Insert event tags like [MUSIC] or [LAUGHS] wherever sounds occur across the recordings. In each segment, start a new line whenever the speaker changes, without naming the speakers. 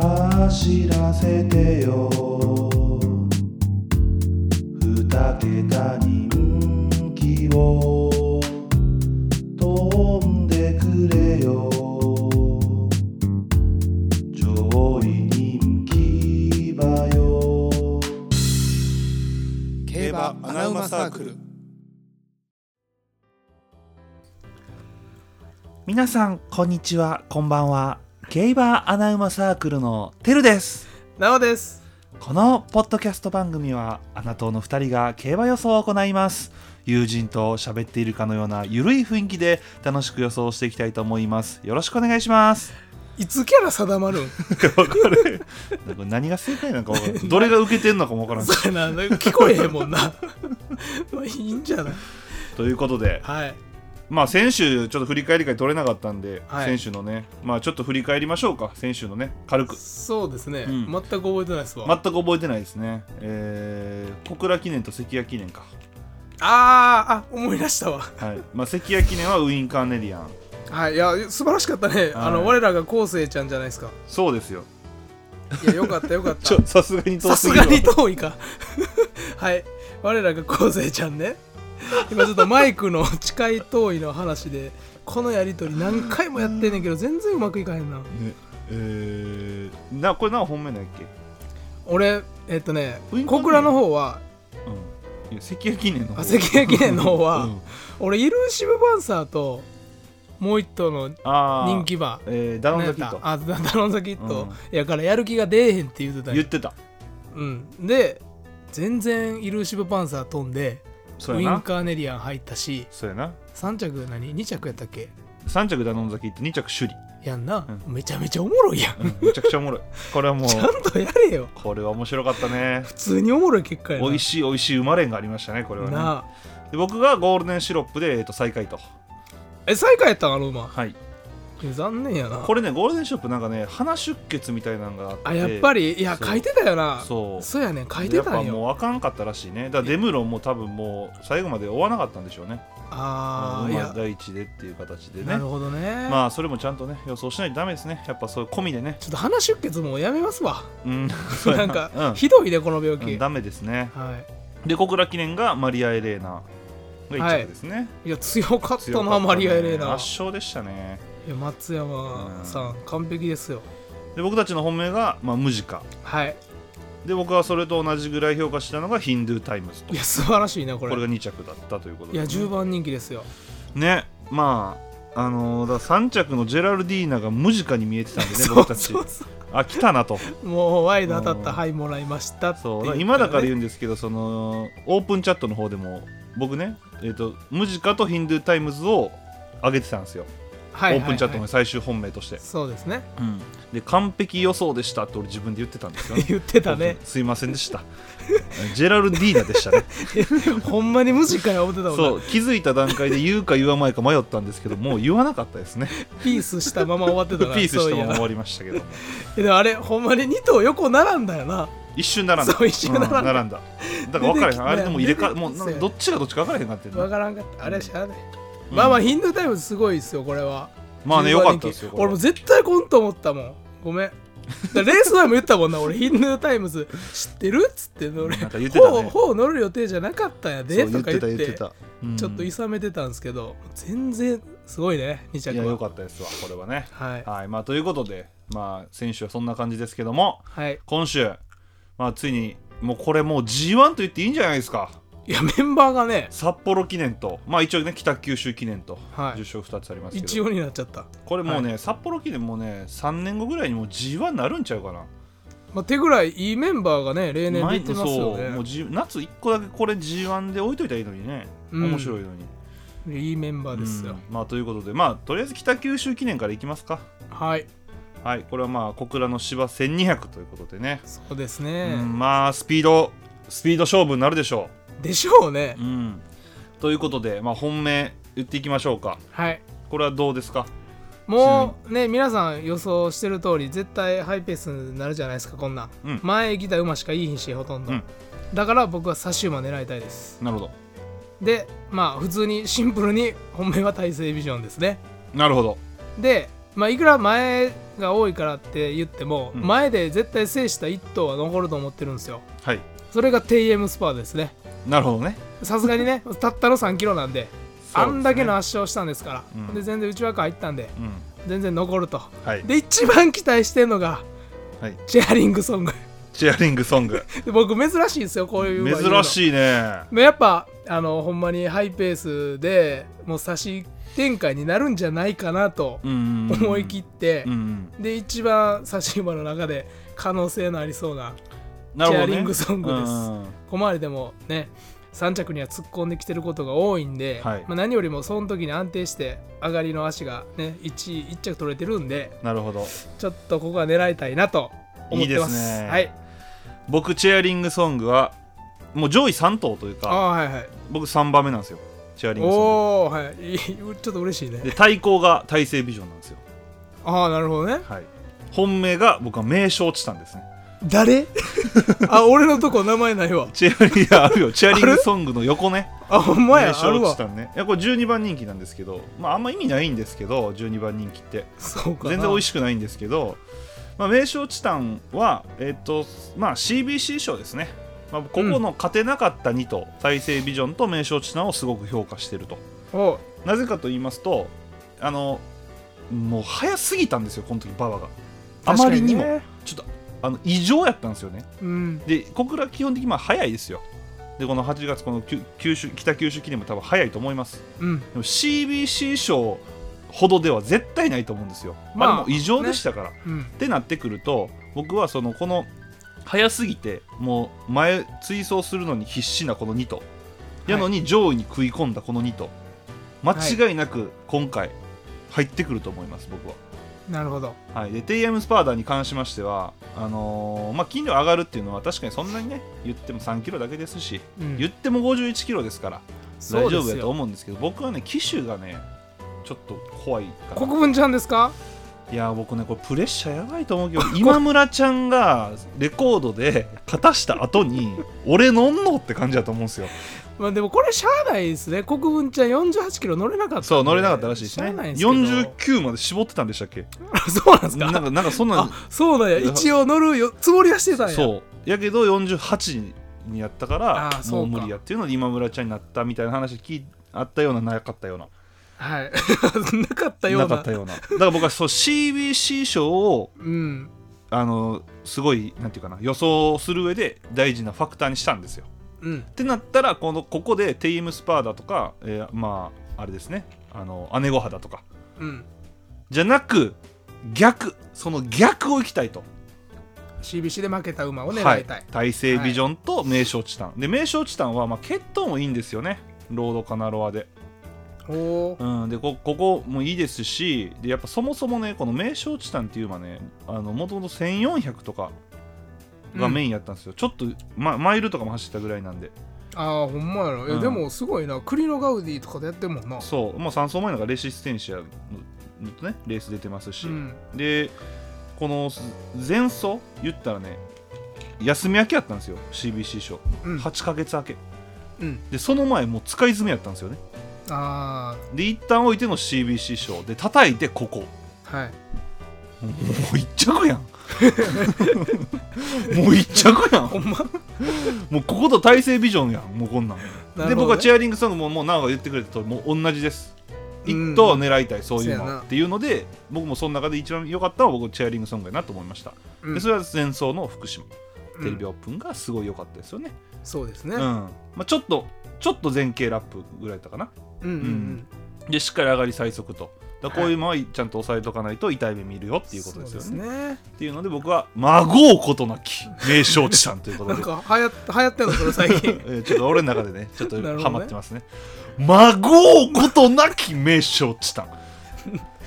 走らせてよ二桁人気を飛んでくれよ上位人気馬よ
競馬アナウマサークル
皆さんこんにちはこんばんは競馬アナウマサークルのてるです
なおです
このポッドキャスト番組はあなたの2人が競馬予想を行います友人と喋っているかのようなゆるい雰囲気で楽しく予想していきたいと思いますよろしくお願いします
[LAUGHS] いつキャラ定まるん
わかるなんか何が正解なのかわからんどれが受けてんのかもわからん
そう [LAUGHS] やななんか聞こえへんもんな [LAUGHS] まあいいんじゃない
ということで
はい
まあ先週ちょっと振り返り会取れなかったんで、
はい
先週のねまあちょっと振り返りましょうか先週のね軽く
そうですね、
うん
全く覚えてないですわ、
全く覚えてないですねえー、小倉記念と関谷記念か
あーあ思い出したわ
はいまあ関谷記念はウィン・カーネリアン
はいいや素晴らしかったね、あの我らが昴生ちゃんじゃないですか
そうですよ
いやよかったよ [LAUGHS] かっ
ち
た
ょさすがに遠
さ
すぎ
す
る
が
わ
に遠いか [LAUGHS] はい我らが昴生ちゃんね今ちょっとマイクの近い遠いの話でこのやり取り何回もやってんねんけど全然うまくいかへんな
ねえー、なこれ何本目だっけ
俺えっとね
ウィンカーネリアン
小倉の方は
うんいや関谷記念の方
あ関谷記念の方は、
うん
俺イルーシブバンサーともう一頭の
ああ
人気馬
えー、ダノンザキット
あダダロンザキッ
う
ト、
ん
やからやる気が出えへんって言ってたん
言
や
ってた
うん、で全然イルーシブパンサー飛んでウ
そうや
ィン
な
カーネリアン入ったし
そうやな
3着何 ?2 着やったっけ
3着ダノンザキット2着首里、
やんな、
う
めちゃめちゃおもろいやん、
うん、めちゃくちゃおもろいこれはもう
[LAUGHS] ちゃんとやれよ
これは面白かったね
普通におもろい結果やな
美味しい美味しい馬連がありましたねこれはね
なあ
で僕がゴールデンシロップで、えー、と最下位と
え最下位やったんあの馬
はい
いや残念やな
これねゴールデンシロップなんかね鼻出血みたいなのがあって
あやっぱりいや
そう
書いてたよな
そう
そうやね書いてたん
やっぱ
よ
もうあかんかったらしいねだからデムロンも多分もう最後まで追わなかったんでしょうね
ああい
まあ
や
第一でっていう形でね
なるほどね
まあそれもちゃんとね予想しないとダメですねやっぱそういう込みでね
ちょっと鼻出血もうやめますわ
うんそう
[LAUGHS] な
や
んか、
[LAUGHS] うん
ひどいねこの病
う
気、
んダメですね
は
で小倉記念がマリア・エレーナが1着ですね、
いいや強かったな
強かったね
マリア・エレーナ
圧勝でしたね
いや松山さん、完璧ですよ
で僕たちの本命が、まあ、ムジカ
はい
で僕はそれと同じぐらい評価したのがヒンドゥー・タイムズと
いや素晴らしいねこ
こ
れ
れが2着だったということ
い
で
や
ね、
10番人気ですよ
ねまああのーだ3着のジェラルディーナが無ジカに見えてたんでね
そ
僕
う
たち
そうそ
あ来たなと
うもうワイド当たっ
う
た
ん
はいもらいましたって
そう
言
だから今
ってね
だから言うんですけどそのオープンチャットの方でも僕ね、えー、とムジカとヒンドゥー・タイムズを上げてたんですよ、
はいはいはい
オープンチャットの最終本命として、
そうですね [LAUGHS]
うんで完璧予想でしたって俺自分で言ってたんですよね
言ってたね
すいませんでした [LAUGHS] ジェラルディーナで
[LAUGHS]
したね
ほんまに無視かよ思ってたもん
そ
な
う気づいた段階で言うか言わないか迷ったんですけどもう言わなかったですね
ピースしたまま終わって
[LAUGHS] ピ
たな
ースしたま
[LAUGHS] そうい
ま
や
終わりましたけども
えでもあれほんまに2頭横並んだよな
一瞬並んだ
そう一瞬並んだ
う並んだだから分からへ
出てき
ん
た
あれでも入れ替
出てきた
もうなんかどっちがどっちか分からへんかってんな
わからんかったあれはしゃあない、
うん
まあまあヒンドゥータイムズすごいですよこれは
まあね
10
よかったですよ
番人気俺も絶対来んと思ったもんごめんだからレース前も言ったもんな俺ヒンドゥータイムズ知ってるっつって俺
なんか言ってたね
ほうほう乗る予定じゃなかったんやで
そう
とか言って
言ってた言ってた
ちょっとい
す
さめてたんですけど全然すごいね2
い
着
や
は
よかったですわこれはね
はい
はいまあということでまあ選手はそんな感じですけども
はい
今週まあついにもうこれもう G1 と言っていいんじゃないですか
いやメンバーがね
札幌記念とまあ一応ね北九州記念と
はい
受賞2つありますけど、
一応になっちゃった、
これもうね、札幌記念もね3年後ぐらいにもう G1 になるんちゃうかな
まあ、手ぐらいいいメンバーがね例年出てますよ
前そうもう
ね
G- 夏1個だけこれ G1 で置いといたらいいのにね、
うん
面白いのに
いいメンバーですよ、
うんまあということでまあとりあえず北九州記念からいきますか
はい
はいこれはまあ小倉の芝1200ということでね、
そうですね、
うんまあスピードスピード勝負になるでしょ
でしょうね
う、うん、ということでまあ本命言っていきましょうか
はい
これはどうですか
もうね皆さん予想してる通り絶対ハイペースになるじゃないですかこんなん、
うん
前来た馬しかいい品種ほとんど、
うん
だから僕は差し馬狙いたいです
なるほど
でまあ普通にシンプルに本命は大成ビジョンですね
なるほど
でまあいくら前が多いからって言っても、
うん
前で絶対制した1頭は残ると思ってるんですよ
はい
それが TM スパーですね
なるほどね
さすがにねたったの3キロなんで
そう
あ
ですね
んだけの圧勝したんですから、
うん
で全然内枠入ったんで
うん
全然残ると
はい
で一番期待してるのが
はい
チェアリングソング [LAUGHS]
チェアリングソング
で僕珍しいんですよこういう馬言うの
珍しいね
まあやっぱあのほんまにハイペースでもう差し展開になるんじゃないかなと
うん
思い切って、
うんうん
で一番差し馬の中で可能性のありそうな
なるほどね
チェアリングソングです
うん
小回りでもね3着には突っ込んできてることが多いんで、
はい
まあ、何よりもその時に安定して上がりの足がね 1, 1着取れてるんで
なるほど
ちょっとここは狙いたいなと思
い
ってます
いですね
はい、
僕チェアリングソングはもう上位3頭という
あ
か
あはいはい
僕3番目なんですよチェアリングソン
おおはいいいちょっと嬉しい
グ
ね
で対抗が大成ビジョンなんですよ
ああなるほどね
はい本命が僕は名称地んですね
誰 [LAUGHS] あ俺のとこ名前ないわ
チェアリング [LAUGHS] あるよチェアリングソングの横ね
あほんまや
名
ある
称
わ
地んねいやこれ12番人気なんですけどまああんま意味ないんですけど12番人気って
そうかな
全然美味しくないんですけど、まあ、名称チタンは、えっとまあ、CBC 賞ですね、まあ、ここの勝てなかった2と、大成ビジョンと名称チタンをすごく評価してると
お
なぜかと言いますとあのもう早すぎたんですよこの時馬場があまりにも
確かね
ちょっとあの異常やったんですよね
うん
で小倉基本的にまあ早いですよでこの8月この九九州北九州記念も多分早いと思います
うん
でも CBC 賞ほどでは絶対ないと思うんですよ、ま
ま
あ
あ、
でも異常でしたから、
うん
ってなってくると僕はそのこの早すぎてもう前追走するのに必死なこの2頭やのに上位に食い込んだこの2頭間違いなく今回入ってくると思います僕は。
なるほど
はい、で TM スパーダに関しましてはあのーまあ、筋量上がるっていうのは確かにそんなにね言っても3キロだけですし、
うん
言っても5 1キロですから
そ
大
うで
丈夫
す
やと
よ
思うんですけど僕はね機種がねちょっと怖いかな
国分ちゃんですか
いやー僕ねこれプレッシャーやばいと思うけど今村ちゃんがレコードで勝たした後
[LAUGHS]
に俺乗んのって感じだと思うんですよ
まあでもこれしゃあないですね国分ちゃん48キロ乗れなかったんで
そう乗れなかったらしいですね
しゃあないんですけど
49まで絞ってたんでしたっけ
[LAUGHS] そうなんです
なん
か
かなんかそんなん
あそうなんや一応乗るよつもりはしてたんや
そうやけど48にやったから
あー
も
そううか
無理やっていうので今村ちゃんになったみたいな話聞いあったようななかったような
はい [LAUGHS] なかったよう
な
な
かったようなだから僕はそう CBC 賞を
うん
あのすごいなんていうかな予想する上で大事なファクターにしたんですよ
うん
ってなったらこのここでテイムスパーだとか、えーまああれですねあの姉御肌とか
うん
じゃなく逆その逆をいきたいと
CBC で負けた馬を狙
はい
たい、
大西ビジョンと名勝チタン、で名勝チタンは、まあ、血統もいいんですよねロードカナロアで,、
おおー
うん、でこここもいいですしでやっぱそもそもねこの名勝チタンっていうのはねもともと1400とかがメインやったんですよ、ちょっと、ま、マイルとかも走ったぐらいなんで
ああほんまやろ、え
うん
でもすごいなクリノガウディとかでやってるもんな
そう、まあ、3走前のがレシステンシアのとねレース出てますし、
うん
でこの前走言ったらね休み明けやったんですよ CBC 賞
うん、
8ヶ月明け
うん、
でその前もう使い詰めやったんですよね
あ
で一旦置いての CBC 賞で叩いてここ
あはい
もう一着やん [LAUGHS] もう一着やん
ほんま
もうここと大成ビジョンやんもうこんなん、
なるほどね
で僕はチェアリングソングももう奈緒が言ってくれたともう同じです
うん
一等狙いたいそういう
そうや
の
な
っていうので僕もその中で一番良かったのは僕チェアリングソングやなと思いました、
うん
でそれは前走の福島
うん
テレビオープンがすごい良かったですよね、
そうですね
うんまあ、ちょっとちょっと前傾ラップぐらいだったかな
うんうん
でしっかり上がり最速とだからこう
はい
いうままちゃんと押さえとかないと痛い目見るよっていうことですよね
そうね
っていうので僕は「孫うことなき名称地さん」というこ
な
と
ん
で。
か流行っ流行ってんのそれ最近
[LAUGHS] えーちょっと俺の中でね、ちょっと
なるほどね
ハマってますね。孫うことなき名称地帯。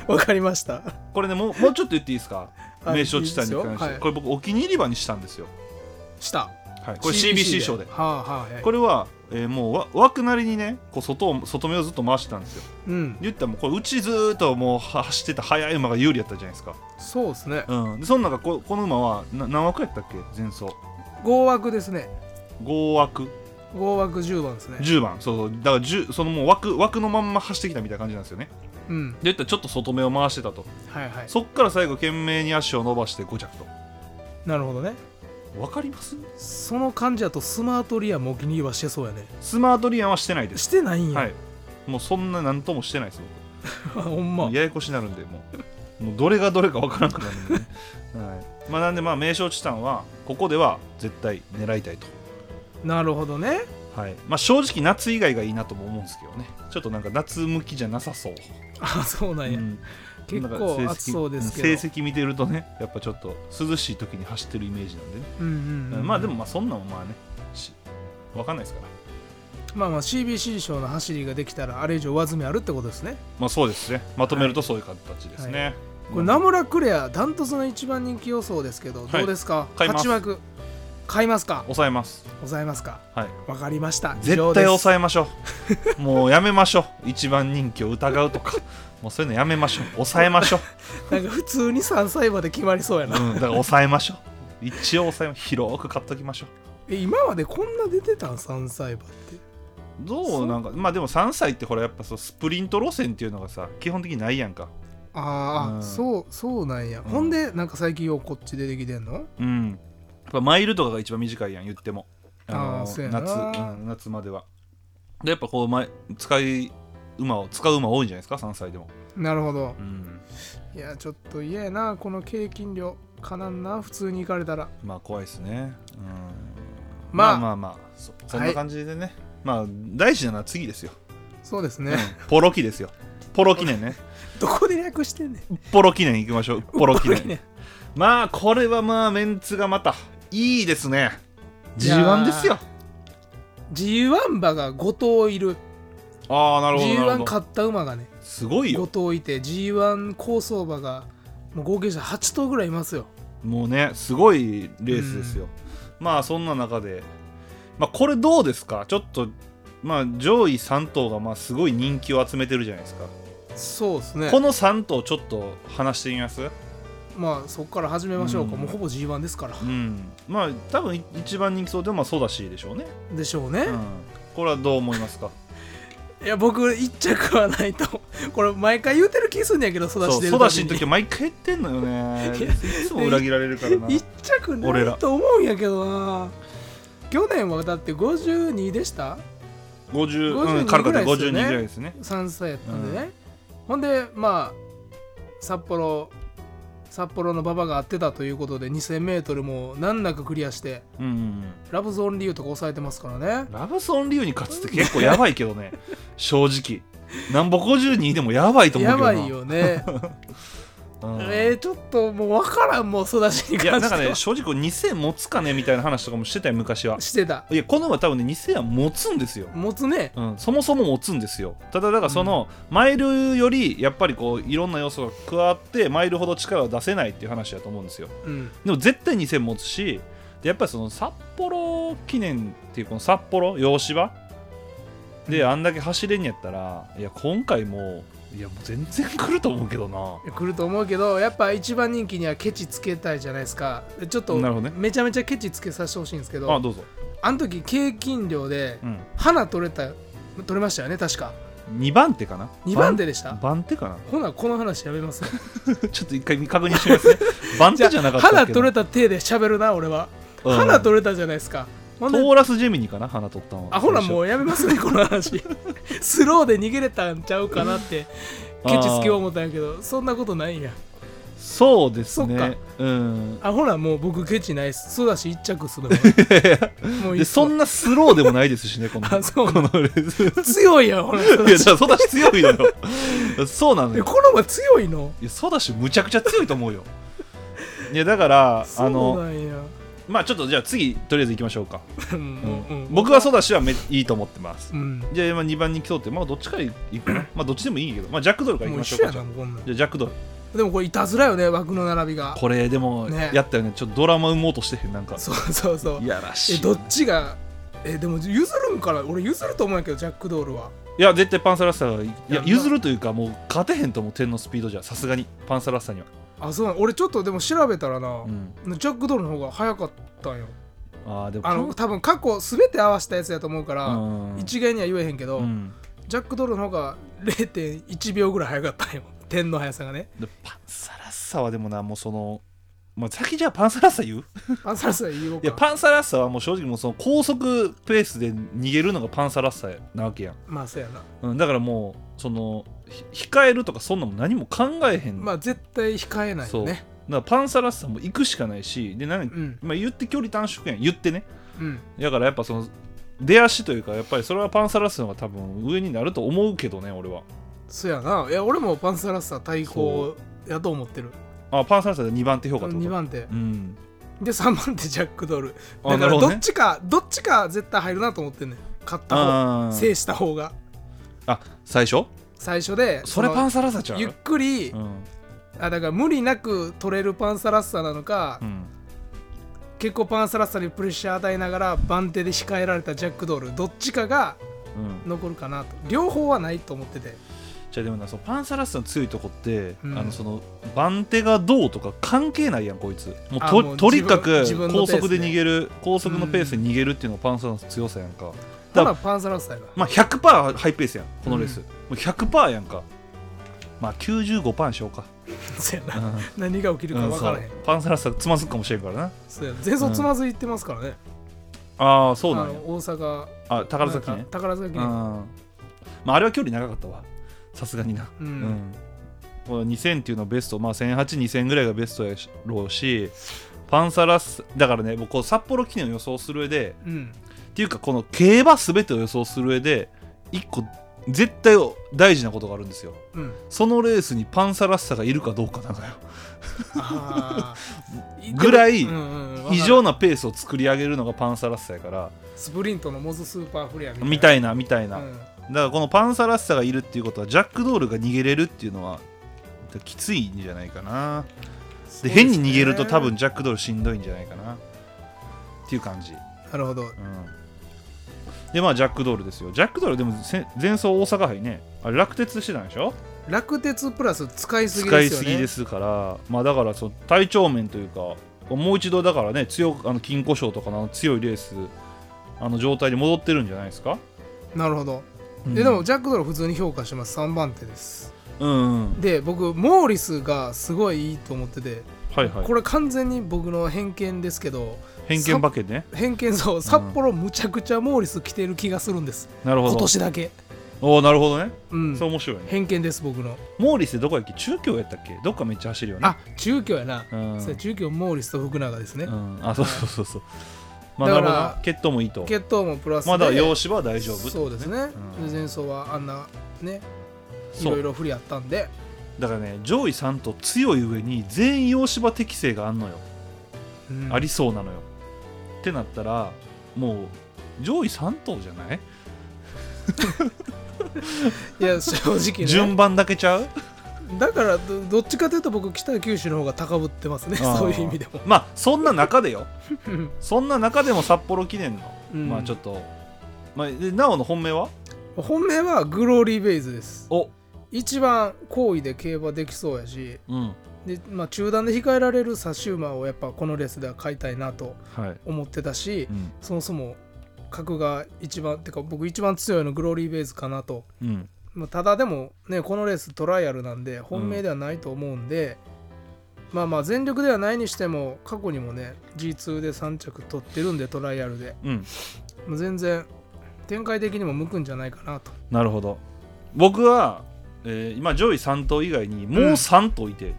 わかりました
これね、もうもうちょっと言っていいですか、
はい
名称地帯に
いい
関
で
して、
すよはい
これ僕、お気に入り場にしたんですよ。
した
はい、これ CBC 賞で。
はあはあはい
これは、えーもうわ枠なりにね、こう外を外目をずっと回してたんですよ。
うん
言ったらもう、これ、うちずーっともう走ってた速い馬が有利やったじゃないですか。
そうですね
うん、でその中ここの馬はな何枠やったっけ前走
合枠ですね
5枠
合枠10番ですね
10番そうそうだから10そのもう枠枠のまんま走ってきたみたいな感じなんですよね
うん
でいったらちょっと外目を回してたと
はいはい
そっから最後懸命に足を伸ばして5着と
なるほどね
わかります
その感じだとスマートリアもお気に入りはしてそうやね
スマートリアンはしてないです
してないんや、
はいもうそんな何ともしてないです僕
[LAUGHS] ほんま
ややこしになるんでもうもうどれがどれか分からなくなるん
[LAUGHS]
でね、はいまあ、なんでまあ名勝チタンはここでは絶対狙いたいと、
なるほどね
はいまあ、正直夏以外がいいなとも思うんですけどねちょっとなんか夏向きじゃなさそう、
あそうなんや、
うん
結
なんか成
構
績
暑そうですけど
ん成績見てるとねやっぱちょっと涼しい時に走ってるイメージなんでね、
うんうん、うん、
まあでもまあそんなんもまあねし分かんないですから
まあまあ CBC 賞の走りができたらあれ以上上積みあるってことですね
まあそうですねまとめるとそういう形ですね、
これ名村クレアダントツの一番人気予想ですけど、
い
どうですか
買います
8枠買いますか
抑えます
ございますか
はい
わかりました以
絶
上
対
です
抑えましょうもうやめましょう一番人気を疑うとかもうそういうのやめましょう抑えましょ
なんか普通に3歳馬で決まりそうや [LAUGHS]
う、うん、 [LAUGHS]
な、
だから抑えましょう一応抑えま広く買っときましょ
え今までこんな出てたん3歳馬って
うどうなんかまあでも3歳ってほらやっぱそうスプリント路線っていうのがさ基本的にないやんか
あーあ、
うん
そうそうなんや、
ん
ほんでなんか最近ようこっち出てきてんの
うんやっぱマイルとかが一番短いやん言っても
あーそうやな
夏、うん夏まではでやっぱこう前使い馬を使う馬多いんじゃないですか3歳でも、
なるほど
うん、
いやちょっと嫌やなこの経験量かなんな普通に行かれたら
まあ怖いですね、うん、ま
まあ
あまあまあそそんな感じでね、まあ大事なのは次ですよ
そうですね
ポロ記ですよポロ記念ね
[LAUGHS] どこで略してんねん
ポロ記念いきましょうポロ記
これ
念
ね
まあこれはまあメンツがまたいいですね
いやー
G1 ですよ
G1 馬が5頭いる
ああなるほどなる
G1
ほど
勝った馬がね
すごい
5
よ
頭いて G1 構想馬がもう合計して8頭ぐらいいますよ
もうねすごいレースですよ、まあそんな中でまあこれどうですかちょっとまあ上位3頭がまあすごい人気を集めてるじゃないですか
そうですね
この3頭ちょっと話してみます
まあそこから始めましょうか、
うん
もうほぼ G1 ですから
うんまあ多分い一番人気そうでもまあソダシーでしょうね、
でしょうね、
うん、これはどう思いますか
いや僕1着はないとこれ毎回言うてる気すんねやけど
そ
育
う
ち出る
ソダシーの時
時
は毎回言ってんのよね
い
[LAUGHS]
や
いつも裏切られるからな
1着な
俺ら
いと思うんやけどな去年はだって52でした
50
52
うん軽かった
ぐらいで
52
す
ぐ
よね
らいですね
3歳やったんでね、ほんでまあ札幌札幌の馬場が合ってたということで 2000m も難なくクリアして
うんうん
ラブゾーンリューとか抑えてますから
う
ね
んラブソン・リュウに勝つって結構やばいけ
[LAUGHS]
どね正直なんぼ52でもやばいと思う
や
けどな
ばい
[LAUGHS]
よね
うん
えー、ちょっともう分からんもう育ちに
いや
関
なん
し
か
て
ね
は
正直これ2000持つかねみたいな話とかもしてたよ昔は
してた
いやこの馬多分ね2000は持つんですよ
持つね
うん、そもそも持つんですよただだからその、マイルよりやっぱりこういろんな要素が加わってマイルほど力を出せないっていう話だと思うんですよ
うん
でも絶対2000持つしでやっぱりその札幌記念っていうこの札幌洋芝であんだけ走れんやったらいや今回もいやもう全然来ると思うけどな
来ると思うけどやっぱ一番人気にはケチつけたいじゃないですかでちょっと
なるほどね
めちゃめちゃケチつけさせてほしいんですけど
あ
あ
どうぞ、
の時経金量で
うん、
花取れた取れましたよね確か
2番手かな
2番手でした
番番手かな [LAUGHS]
ほなこの話やめます
ちょっと一回確認してみます
[LAUGHS]
ね番 [LAUGHS] 手じゃなかったっけ
花取れ
た、
た手で喋るな俺は、
うん
花取れたじゃないですかほん
ト
で
ーラスジェミニかな花取ったのは
あほらもうやめますねこの話
[LAUGHS]
スローで逃げれたんちゃうかなってケチつけよう思ったんやけどそんなことないんや
そうです
そっか
ね。うん。
あほらもう僕ケチないっすそうだし一着っすで
[LAUGHS]
ももういい
で
っすわ
そんなスローでもないですしね、この
あそう
このレース。い
強いや [LAUGHS] んほら
や、じゃあソダシ [LAUGHS] 強いのよ。 [LAUGHS] そうなの
え
よ。
この馬強いの
いや、ソダシむちゃくちゃ強いと思
[LAUGHS]
うよ。いや、だから、あ
そう
の、
なんや
まあちょっとじゃあ次、とりあえず行きましょうか。
うんうんうん
僕はソダシはめいいと思ってます
う。んも
じゃあ今2番に競って、まあどっちから行くな。まあどっちでもいいけど、まあジャックドールから行き
う
ましょ
一
うか。
緒や
じゃ
な
あ
もうこんなん
じゃあジャックドール。
でもこれいたずらよね枠の並びが
これでも、
ね
やったよね。ちょっとドラマ生もうとしてへん、なんか。
そうそうそう
いやらしい
え
な。
どっちがえでも譲るんから俺譲ると思うんやけどジャックドールはい
や絶対パンサラッサがい
や
や
んな
譲るというかもう勝てへんと思う点のスピードじゃさすがにパンサラッサには、
あそうなん俺ちょっとでも調べたらな
う、ん、
ジャックドールの方が早かったんよ
ああでも
あの多分過去全て合わせたやつやと思うから、
うん
一概には言えへんけど、
うん
ジャックドールの方が0.1秒ぐらい早かったんよ [LAUGHS] 点の速さがね
でパンサラッサはでもなもうその、まあ、先じゃあパンサラッサ言う
パンサラッサ言おう
い
か
やパンサラッサはもう正直もうその高速ペースで逃げるのがパンサラッサなわけやん、
まあそうやな
うん、だからもうそのひ控えるとかそんなもん何も考えへんの、
まあ絶対控えないよね
だからパンサラッサも行くしかないしで何、
うん
まあ、言って距離短縮やん言ってね
うん
だからやっぱその出足というかやっぱりそれはパンサラッサの方が多分上になると思うけどね俺は
そうやないや俺もパンサラッサ対抗やと思ってる
あパンサラッサで2番手評価ってこと
2番手
うん
で3番手ジャックドール
あ
だか
なる
ら
ほ
ど
どね
っちかどっちか絶対入るなと思ってんねん勝った方
あー
制した方が
あ最初
最初で
それ
の
パンサラッサちゃう
ゆっくり、
うん
あだから無理なく取れるパンサラッサなのか、
うん
結構パンサラッサにプレッシャー与えながら番手で控えられたジャックドールどっちかが
うん
残るかなと両方はないと思ってて
じゃあでもなそのパンサラッサの強いとこって、
うん
あのその番手がどうとか関係ないやんこいつもう
あ
と
もう
とにかく
自分自分の
高
ペース
速
ね
で逃げる、高速のペースで逃げるっていうのがパンサラッサの強さやんか
た
だ
だパンサラッサやな
まあ100%ハイペースやんこのレース、
うん
もう100%やんかまあ95%にしようか、
そうや
う
なん何が起きるか
うん
分
そ
から
う
へん
パンサラッサつまずくかもしれんからな
そうや前走つまずいてますからね、
ああそう
あ
なんや
の大阪
あ宝崎
なん
ね
か宝崎
うん
ね
まああれは距離長かったわさすがにな
うん、
うん、この2000っていうのベスト、まあ、10082000ぐらいがベストやろうしパンサラッサだからねもうこう札幌記念を予想する上で
うん
っていうかこの競馬全てを予想する上で一個絶対大事なことがあるんですよ
うん
そのレースにパンサラッサがいるかどうかなのよ
あー
ぐらい
うんうんうんわかる
異常なペースを作り上げるのがパンサラッサやから
スプリントのモズスーパーフレアみたいな
みたいなみたいな、
う
だ
ん
からこのパンサラッサがいるっていうことはジャックドールが逃げれるっていうのはきついんじゃないかな
そう
で
です
変
ね
に逃げると多分ジャックドールしんどいんじゃないかなっていう感じ、うん、
なるほど
でまあジャックドールですよジャックドールでもせ前走大阪杯ねあれ落鉄してたんでしょ
落鉄プラス使いすぎ
使
で
い
すよ
す
ね
ぎですからまあだからその体調面というかもう一度だからね強くあの金庫賞とかのあの強いレースあの状態に戻ってるんじゃないですか、
なるほど、
うん
ででもジャックドール普通に評価してます3番手です
うん、うん、
で僕モーリスがすごいいいと思ってて、
はいはい
これ完全に僕の偏見ですけど
偏見馬券ね
偏見そう札幌むちゃくちゃモーリス来てる気がするんです、
なるほ
今
ど
年だけ
おおなるほどね、
うん
そう面白いね
偏見です僕の
モーリスってどこやっけ中京やったっけどっかめっちゃ走るよね
あ中京やな、
うん
そう中京モーリスと福永ですね、
うん、あそうそうそうそう、まあ、
だ
な
から
るほどな血糖もいいと
血統もプラスで
まあだから洋芝は大丈夫
そうですね、
うん
前走はあんなねい
そう
ろいろ不利やったんで
だからね上位3と強い上に全員洋芝適性があんのよ、
うん
ありそうなのよってなったらもう上位3頭じゃない、
いや正直ね
順番だけちゃう
だからどどっちかというと僕北九州の方が高ぶってますね
あー
そういう意味でも
まあそんな中でよそんな中でも札幌記念の、
うん
まあちょっと、まあ、でなおの本命は
本命はグローリーベイズです
お
一番好意で競馬できそうやし
うん
で、まあ、中断で控えられるサシウマをやっぱこのレースでは買いたいなと
はい、
思ってたし
うん
そもそも格が一番てか僕一番強いのグローリーベイズかなと
うん、
まあ、ただでもねこのレーストライアルなんで本命ではないと思うんで、まあまあ全力ではないにしても過去にもね G2 で3着取ってるんでトライアルで
うん、
もう全然展開的にも向くんじゃないかなと
なるほど僕は、えー今上位3頭以外にもう3頭いて、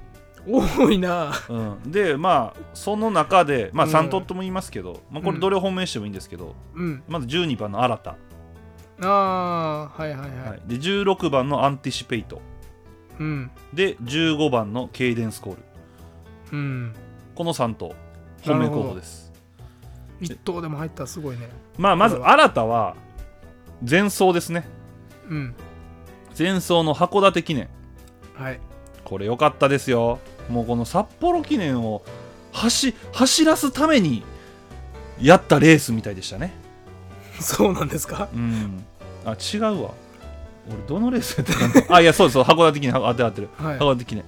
多いなあ
うん、でまあその中で、まあ、
うん
3頭とも言いますけど、まあ、こ
う
れ
ん
どれを本命してもいいんですけど、
うん
まず12番の新た、
ああはいはいはい、
はい、で16番のアンティシペイト
うん
で15番のケイデンスコール
うん
この3頭本命候補です
一頭でも入ったらすごいね
まあまず
これは
新たは前走ですね
うん
前走の函館記念 [LAUGHS]
はい
これ良かったですよもうこの札幌記念を走走らすためにやったレースみたいでしたね
そうなんですか
うん。あ、違うわ。俺、どのレースやった
[LAUGHS]
かなあ、いや、そうです。函館記念、は当て合ってる。
はい
函館記念。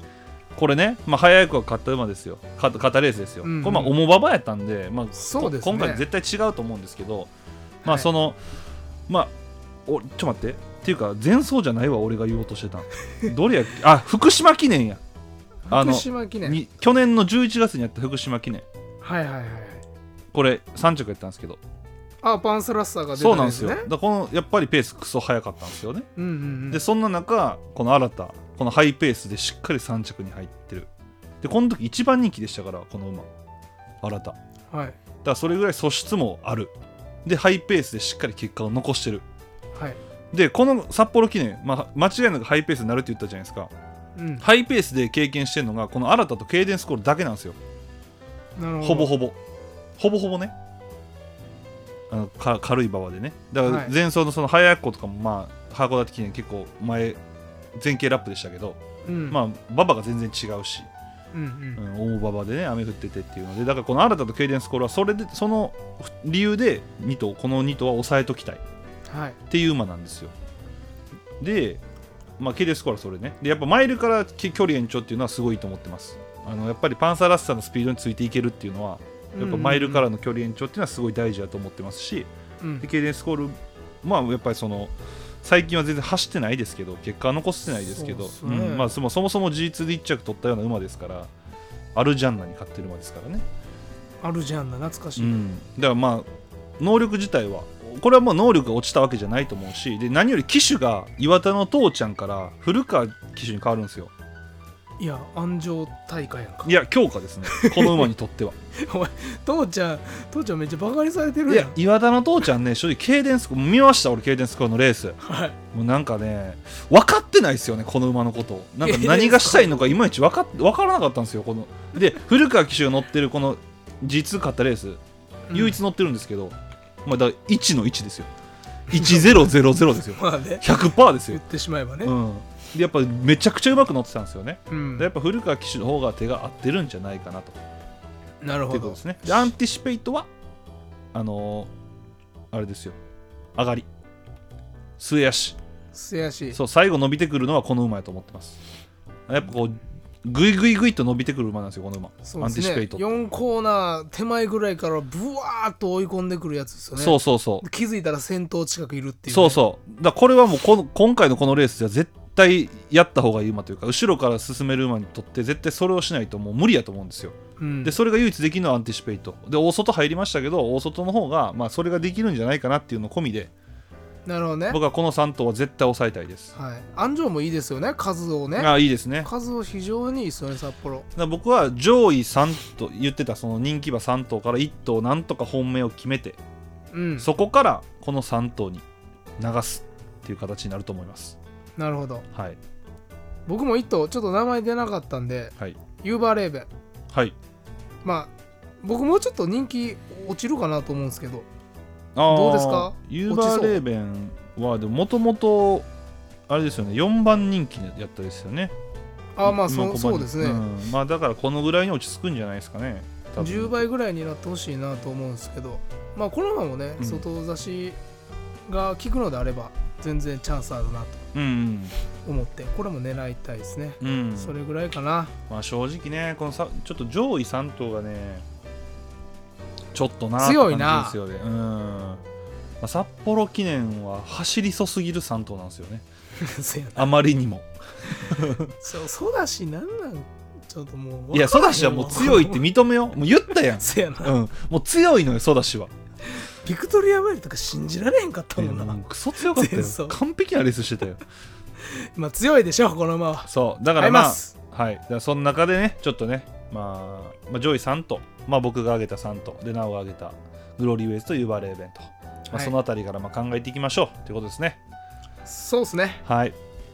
これね、まあ、早い子が勝った馬ですよ。勝った勝ったレースですよ。
うんうん
これ、まあ、重馬場やったんで、まあ、
そうですね
こ今回絶対違うと思うと思うんですけど、ま
は
あ、
い
その、まあ、おちょっと待って。ていうか前奏じゃないわ俺が言おうとしてたんどれやっけあ福島記念やあの
福島記念
に去年の11月にやった福島記念
はいはいはいはい
これ3着やったんですけど
あパンスラッサーが出
そう
た
なん
んで
ですすよ
ね
だからこのやっぱりペースクソ早かったんですよね、
うんうんうん
でそんな中この新たこのハイペースでしっかり3着に入ってるでこの時一番人気でしたからこの馬新ただか
はい
らそれぐらい素質もあるでハイペースでしっかり結果を残してる
はい
でこの札幌記念、まあ、間違いなくハイペースになるって言ったじゃないですか
うん
ハイペースで経験してるのがこの新たとケイデンスコールだけなんですよ
なるほ
ほぼ
ど
ほぼほぼほぼねあのか軽い馬場でねだか
は
ら
い
前走のその早い子とかもまあ函館記念結構前前傾ラップでしたけど、
うん
まあ馬場が全然違うし、
うんう
うんん、大馬場でね雨降っててっていうのでだからこの新たとケイデンスコールはそれでその理由で2頭この2頭は抑えときたい
はい
っていう馬なんですよで、まあ、ケイデスコアラそれねでやっぱマイルからき距離延長っていうのはすごいと思ってますあのやっぱりパンサーラッサーのスピードについていけるっていうのはやっぱマイルからの距離延長っていうのはすごい大事だと思ってます
[LAUGHS]
し、
うん
でケイデンスコールまあやっぱりその最近は全然走ってないですけど結果は残してないですけど
そうっすね
んまあ、そもそもそも G2 で1着取ったような馬ですからアルジャンナに勝ってる馬ですからね、
あるじゃんな懐かし
う
いうん
ん、だからまあ能力自体はこれはもう能力が落ちたわけじゃないと思うしで何より騎手が岩田の父ちゃんから古川騎手に変わるんですよ
いや安城大会やんか
いや強化ですねこの馬にとっては
父ちゃん父ちゃんめっちゃバカにされてる
い
やん
や岩田の父ちゃんね正直ケイデンスコ見ました俺ケイデンスコのレース
はい
もうなんかね分かってないですよねこの馬のことをなんか何がしたいのかいまいち分かっ分からなかったんですよこので古川騎手が乗ってるこの G2 勝ったレース唯一乗ってるんですけど、まあだから1の1ですよ1000ですよ
まあね
100%です
言っ
よ、
てしまえばね
うん、でやっぱめちゃくちゃうまく乗ってたんですよね
うん
でやっぱ古川騎手の方が手が合ってるんじゃないかなとって
なる
いう
ほ
こと
ど
ですねでアンティシペイトはあのーあれですよ上がり末足
せやし
そう最後伸びてくるのはこの馬やと思ってますやっぱこうグイグイグイと伸びてくる馬なんですよこの馬、
そ
アン
う
テ
で
ィシ
す
ペ
ね
イトって
4コーナー手前ぐらいからブワーっと追い込んでくるやつですよね
そうそうそう
気づいたら先頭近くいるっていうね
そうそうだからこれはもうこの今回のこのレースじゃ絶対やった方がいい馬というか後ろから進める馬にとって絶対それをしないともう無理やと思うんですよ
うん
でそれが唯一できるのはアンティシペイトで大外入りましたけど大外の方が、まあ、それができるんじゃないかなっていうの込みで
なるほどね
僕はこの3頭は絶対抑えたいです
はい安城もいいですよね数をね
ああいいですねだか
数を非常にいいですよね札幌
ら僕は上位3と言ってたその人気馬3頭から1頭なんとか本命を決めて
うん
そこからこの3頭に流すっていう形になると思います
なるほど
はい
僕も一頭ちょっと名前出なかったんで
はい
ユーバーレーベン
はい
まあ僕もうちょっと人気落ちるかなと思うんですけど
あー
どうですか
ユーバーレーベンはでもともとあれですよね4番人気やったですよね
ああまあ
今
そう
ここ
そう
に
ですね、
んまあだからこのぐらいに落ち着くんじゃないですかね多分
10倍ぐらいになってほしいなと思うんですけどまあこのままもね、
うん
外差しが効くのであれば全然チャンスあるなと
うん
思ってこれも狙いたいですね、
うん、うん
それぐらいかな [LAUGHS]
まあ正直ねこのさちょっと上位3頭がねちょっとなって
強いな
感じですよねうん、まあ、札幌記念は走りそすぎる3頭なんですよね
せやな
あまりにも
そうソダシなんなんちょっともう
いやソダシはもう強いって認め
[LAUGHS]
ようもう言ったやん
せやな、
うん、もう強いのよソダシは
ビクトリア・マイルとか信じられへんかったもんな、
いやもうクソ強かったよ
前走
完璧なレースしてたよ
まあ強いでしょこの馬は
そうだか
合
ら
いま
まあ
す、
はいだからその中でねちょっとね、まあ、まあ上位3と、まあ、僕が挙げた3とでなおが挙げたグローリーウェイズとユーバーレーベンと、まあ、
はい
その辺りからまあ考えていきましょうということですね
そうですね
はい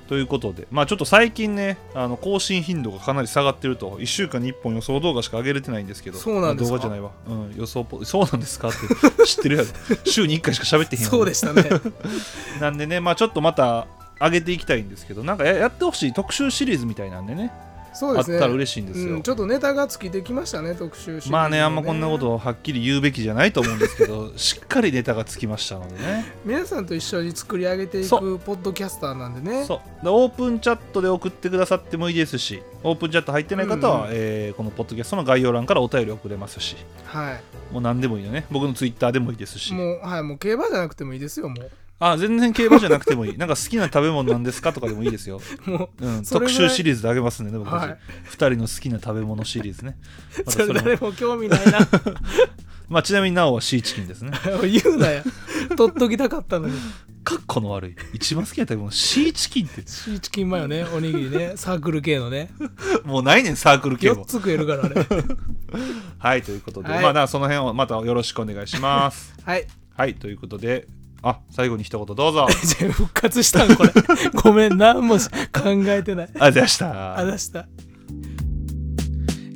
ということで、まあ、ちょっと最近ねあの更新頻度がかなり下がってると1週間に1本予想動画しか上げれてないんですけど
そうなんですか
あ動画じゃないわ、うん、予想ポそうなんですかって知って [LAUGHS] るやろ週に1回しか喋ってへんやろ
そうでしたね
なんでね、まあ、ちょっとまた上げていきたいんですけどなんかややってほしい特集シリーズみたいなんでね
そうですね
あったら嬉しいんですよ、
うんちょっとネタがつきできましたね特集シリーズも
まあねあんまこんなことをはっきり言うべきじゃないと思うんですけ
[LAUGHS]
どしっかりネタがつきましたのでね
皆さんと一緒に作り上げてい
そ
くポッドキャスターなんでね
そうでオープンチャットで送ってくださってもいいですしオープンチャット入ってない方は、
うんうん
えーこのポッドキャストの概要欄からお便り送れますし
はい
もう何でもいいよね僕のツイッターでもいいですし
もうはいもう競馬じゃなくてもいいですよもう
あ全然競馬じゃなくてもいいなんか好きな食べ物なんですかとかで [LAUGHS] もいい
[LAUGHS]
ですよ、
も
うん、
それ
特
ぐらい
集シリーズであげますんでね
う
僕たち、
は
2人の好きな食べ物シリーズね、ま
い
た
[LAUGHS] そ
それ
れ
も
誰も興味ないな [LAUGHS]
まあ、ちなみになおはシーチキンですね
言うなや取っときたかったのに
かっこの悪い一番好きな食べ物シーチキンって
シーチキンマヨねおに
[LAUGHS]
ぎりねサークル系のね
もうないねんサークル系
4
も
つ食えるからあれ
はいということで、
はい
まあなその辺をまたよろしくお願いします [LAUGHS]
はい
はいということであ最後に一言どうぞ
じゃあ復活したんこれごめん何もし考えてない
ありがとうございました
あ出した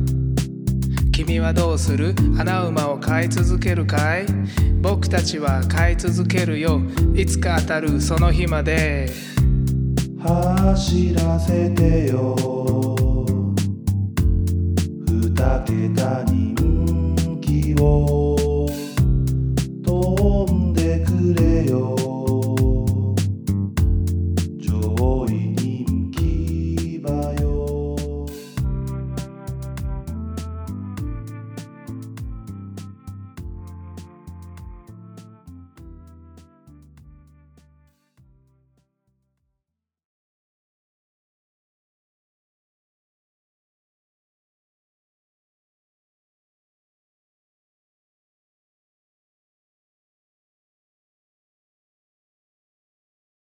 君はどうする穴馬を飼い続けるかい僕たちは飼い続けるよいつか当たるその日まで
走らせてよ二桁人気を